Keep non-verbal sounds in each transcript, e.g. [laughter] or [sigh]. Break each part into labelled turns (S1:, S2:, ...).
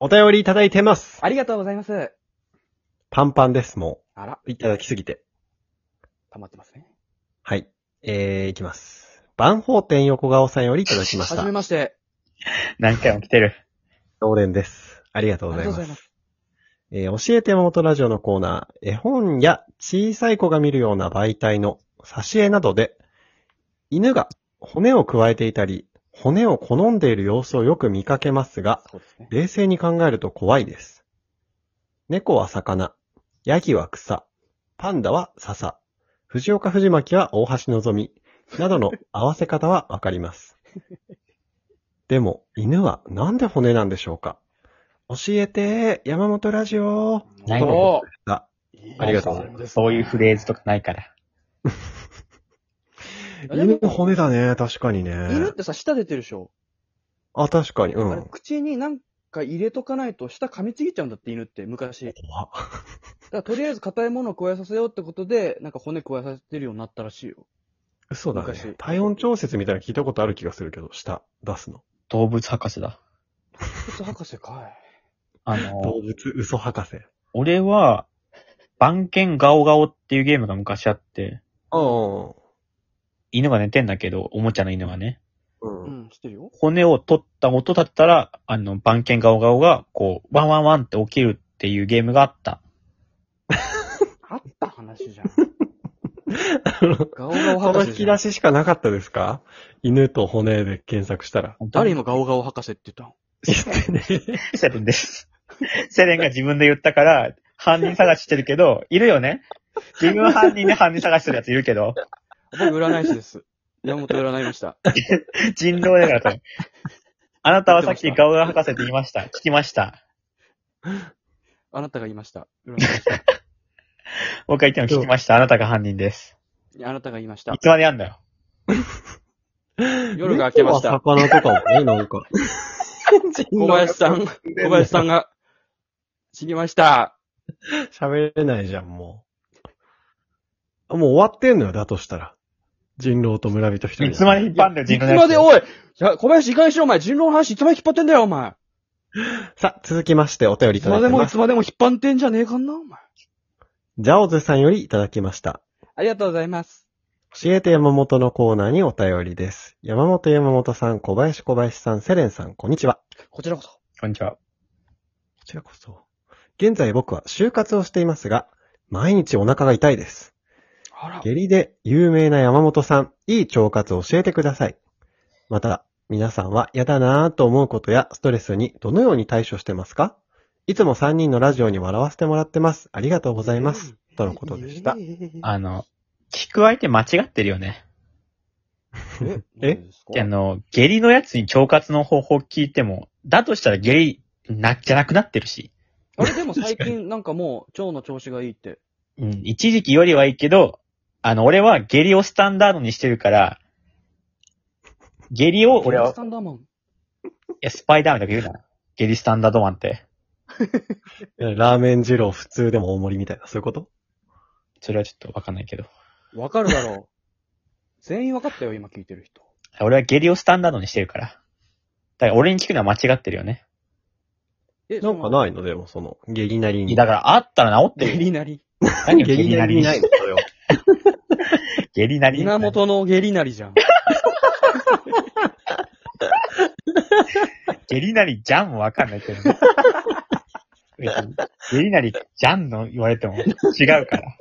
S1: お便りいただいてます。
S2: ありがとうございます。
S1: パンパンです、も
S2: あら、
S1: う。いただきすぎて。
S2: 溜まってますね。
S1: はい。えー、いきます。万宝店横顔さんよりいただきまし
S2: はじ
S1: た
S2: め。まして。
S3: 何回も来てる。
S1: 常連です。ありがと
S2: あ
S1: う
S2: り
S1: ご
S2: が
S1: ざい
S2: と
S1: ます
S2: うござい。ます。
S1: えー教えてもとラジオのコーナー、絵本や小さい子が見るような媒体の挿絵などで、犬が骨を加えていたり、骨を好んでいる様子をよく見かけますが、
S2: そうですね。
S1: 冷静に考えると怖いです。猫は魚、ヤギは草、パンダは笹、藤岡藤巻は大橋のぞみ、などの合わせ方はわかり
S2: [laughs]
S1: ます。でも、犬はなんで骨なんでしょうか教えて、山本ラジオ。
S3: ないの
S2: おー
S1: あありがとうござい
S2: ます
S3: そういうフレーズとかないから。
S1: 犬の骨だね、確かにね。
S2: 犬ってさ、舌出てるでしょ、
S1: あ、確かに、う
S2: あれ
S1: ん。
S2: 口になんか入れとかないと舌噛みちぎっちゃうんだって犬って昔。だか
S1: 怖
S2: らとりあえず硬いものを加えさせようってことで、なんか骨加えさせてるようになったらしいよ。
S1: 嘘だね
S2: 昔。
S1: 体温調節みたいなの聞いたことある気がするけど、下、出すの。
S3: 動物博士だ。
S2: ちょっと博士か
S3: あの
S1: 動、物嘘博士。
S3: 俺は、番犬ガオガオっていうゲームが昔あって、
S1: うん。
S3: 犬が寝てんだけど、おもちゃの犬がね、
S1: うん
S2: い。
S1: [laughs]
S2: うん、知ってるよ。
S3: 骨を取った音だったら、あの、番犬ガオガオが、こう、ワンワンワンって起きるっていうゲームがあった。
S2: あった話じゃん。
S1: こ
S2: ガオガ
S1: の
S2: オ博士
S1: 引
S2: じ
S1: き
S2: ゃん
S1: 出。ししかなかったですか犬と骨で検索したら。
S2: 誰今
S3: も
S2: ガオガオ博士って言ったの
S1: 言ってね。
S3: セレンです。セレンが自分で言ったから、犯人探ししてるけど、いるよね自分犯人で犯人探してるやついるけど、
S2: 僕占い師 [laughs] です。山本占いました。
S3: 人狼だからそれ。あなたはさっきガオガオ博士って言いました。聞きました。
S2: あなたが言いました。占いました
S3: 僕が言っても聞きました。あなたが犯人です。
S2: いや。あなたが言いました [laughs]
S3: い。つまでやんだよ。
S2: [laughs] 夜が明けました
S1: 猫は魚とかもね、なんか。
S2: [laughs] 小林さ
S1: [laughs]
S2: [laughs] ん、小林さんが死にました。
S1: 喋れないじゃん、もう。あもう終わってんのよ、だとしたら。人狼と村人一人。
S3: いつまで引っ張んだ
S2: い
S3: よ、
S2: つ
S3: 人狼の
S2: ま
S3: やつ
S2: で、おいいや小林いいかにしろ、お前人狼の話いつまで引っ張ってんだよ、お前
S1: さあ、続きましてお便り
S2: い
S1: い
S2: つ
S1: ただ
S2: ま
S1: い
S2: で
S1: て
S2: も
S1: ま
S2: い
S1: す。
S2: つまでも引っ張ってんじゃねえかんな、お前。
S1: ジャオズさんよりいただきました。
S2: ありがとうございます。
S1: 教えて山本のコーナーにお便りです。山本山本さん、小林小林さん、セレンさん、こんにちは。
S2: こちらこそ。
S3: こんにちは。
S1: こちらこそ。現在僕は就活をしていますが、毎日お腹が痛いです。
S2: あら。
S1: 下痢で有名な山本さん、いい腸活を教えてください。また、皆さんは嫌だなぁと思うことやストレスにどのように対処してますかいつも3人のラジオに笑わせてもらってます。ありがとうございます。とのことでした。
S3: あの、聞く相手間違ってるよね。
S1: え
S2: 何ですか
S3: あの、下痢のやつに腸活の方法聞いても、だとしたら下痢、な、じゃなくなってるし。
S2: あれでも最近なんかもう腸の調子がいい [laughs] って。
S3: うん、一時期よりはいいけど、あの、俺は下痢をスタンダードにしてるから、下痢を、俺は
S2: ス、タンダーマン。
S3: いや、スパイダーマンだけ言うな。下痢スタンダードマンって。
S1: ラーメン二郎普通でも大盛りみたいな、そういうこと
S3: それはちょっとわかんないけど。
S2: わかるだろう。全員わかったよ、今聞いてる人。
S3: 俺は下痢をスタンダードにしてるから。だから俺に聞くのは間違ってるよね。
S2: え
S1: なんかないのでも、その、下痢なりに。
S3: だから、あったら治って
S2: 下
S3: るよ。
S2: 痢なり。
S3: [laughs] 何を
S1: 下
S3: 下
S1: 痢
S3: 痢
S1: な
S3: な
S1: りに
S3: りに
S1: な
S3: ないい
S1: の、それを。
S3: [laughs] 下痢なりに。
S2: 源の下痢なりじゃん。
S3: 下痢なりじゃんもわかんないけど。
S2: [laughs]
S3: 別に下痢なりじゃんの言われても違うから。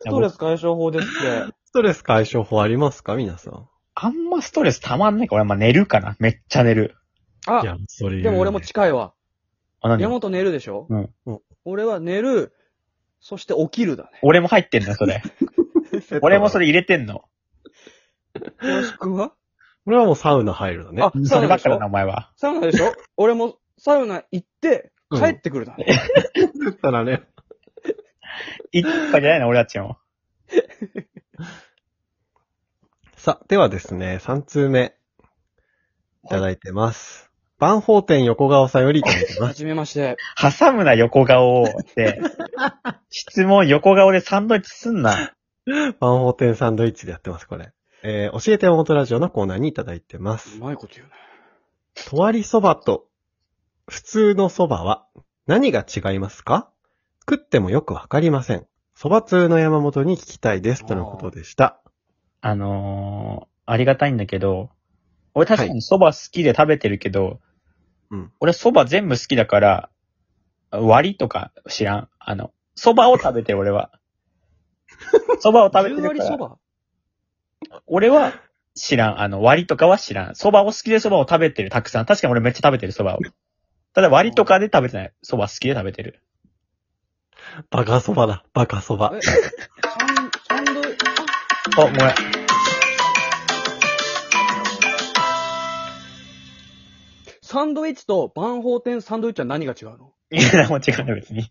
S2: ストレス解消法ですって。
S1: ストレス解消法ありますか皆さん。
S3: あんまストレスたまんないから、俺まあ寝るかな。めっちゃ寝る。
S1: い
S2: あ、
S1: や、それ言う
S2: で
S1: よね
S2: も俺も近いわ。
S3: あ何
S2: 山本寝るでしょ
S3: うん
S1: うん
S2: 俺は寝る、そして起きるだね。
S3: 俺も入ってんの、
S2: [laughs]
S3: それ。
S1: [laughs]
S3: 俺もそれ入れてんの。
S2: 小林くんは
S1: 俺はもうサウナ入るのね。
S2: あ、サ
S3: そ
S2: ウナ
S3: れ
S2: で
S3: ばっ
S2: し
S3: か
S2: ょ
S3: だな、お前は。
S2: サウナでしょ俺もサウナ行って、帰ってくるだね。
S1: だったらね。
S3: 一杯じゃないの、俺たちも。
S1: さ、ではですね、3通目、いただいてます。万宝店横顔さんよりいただいてま
S2: は [laughs]
S1: す。
S2: じめまして。
S3: 挟むな、横顔を。
S2: [laughs]
S3: で、質問横顔でサンドイッチすんな。
S1: 万宝店サンドイッチでやってます、これ。えー、教えて元ラジオのコーナーにいただいてま
S2: う
S1: す。
S2: まいこと言うね。
S1: とわりそばと、普通の蕎麦は何が違いますか食ってもよくわかりません。蕎麦通の山本に聞きたいです。とのことでした。
S3: あのー、ありがたいんだけど、俺確かに蕎麦好きで食べてるけど、
S1: うん
S3: 俺蕎麦全部好きだから、割りとか知らん。あの、蕎麦を食べてる
S2: [laughs]
S3: 俺は。蕎麦を食べ
S2: 10
S3: てる
S2: 割
S3: か
S2: そ
S3: ら、
S2: ば
S3: 俺は知らん。あの、割りとかは知らん。蕎麦を好きで蕎麦を食べてる、たくさん。確かに俺めっちゃ食べてる蕎麦を。ただ割りとかで食べてない。蕎麦好きで食べてる。
S1: バカ蕎麦だ。バカ蕎
S2: え
S1: 麦。
S2: サン、サンドイ、
S3: あ、ごめん。
S2: サンドイッチと万宝店サンドイッチは何が違うの
S3: いや、もう違うんだ別に。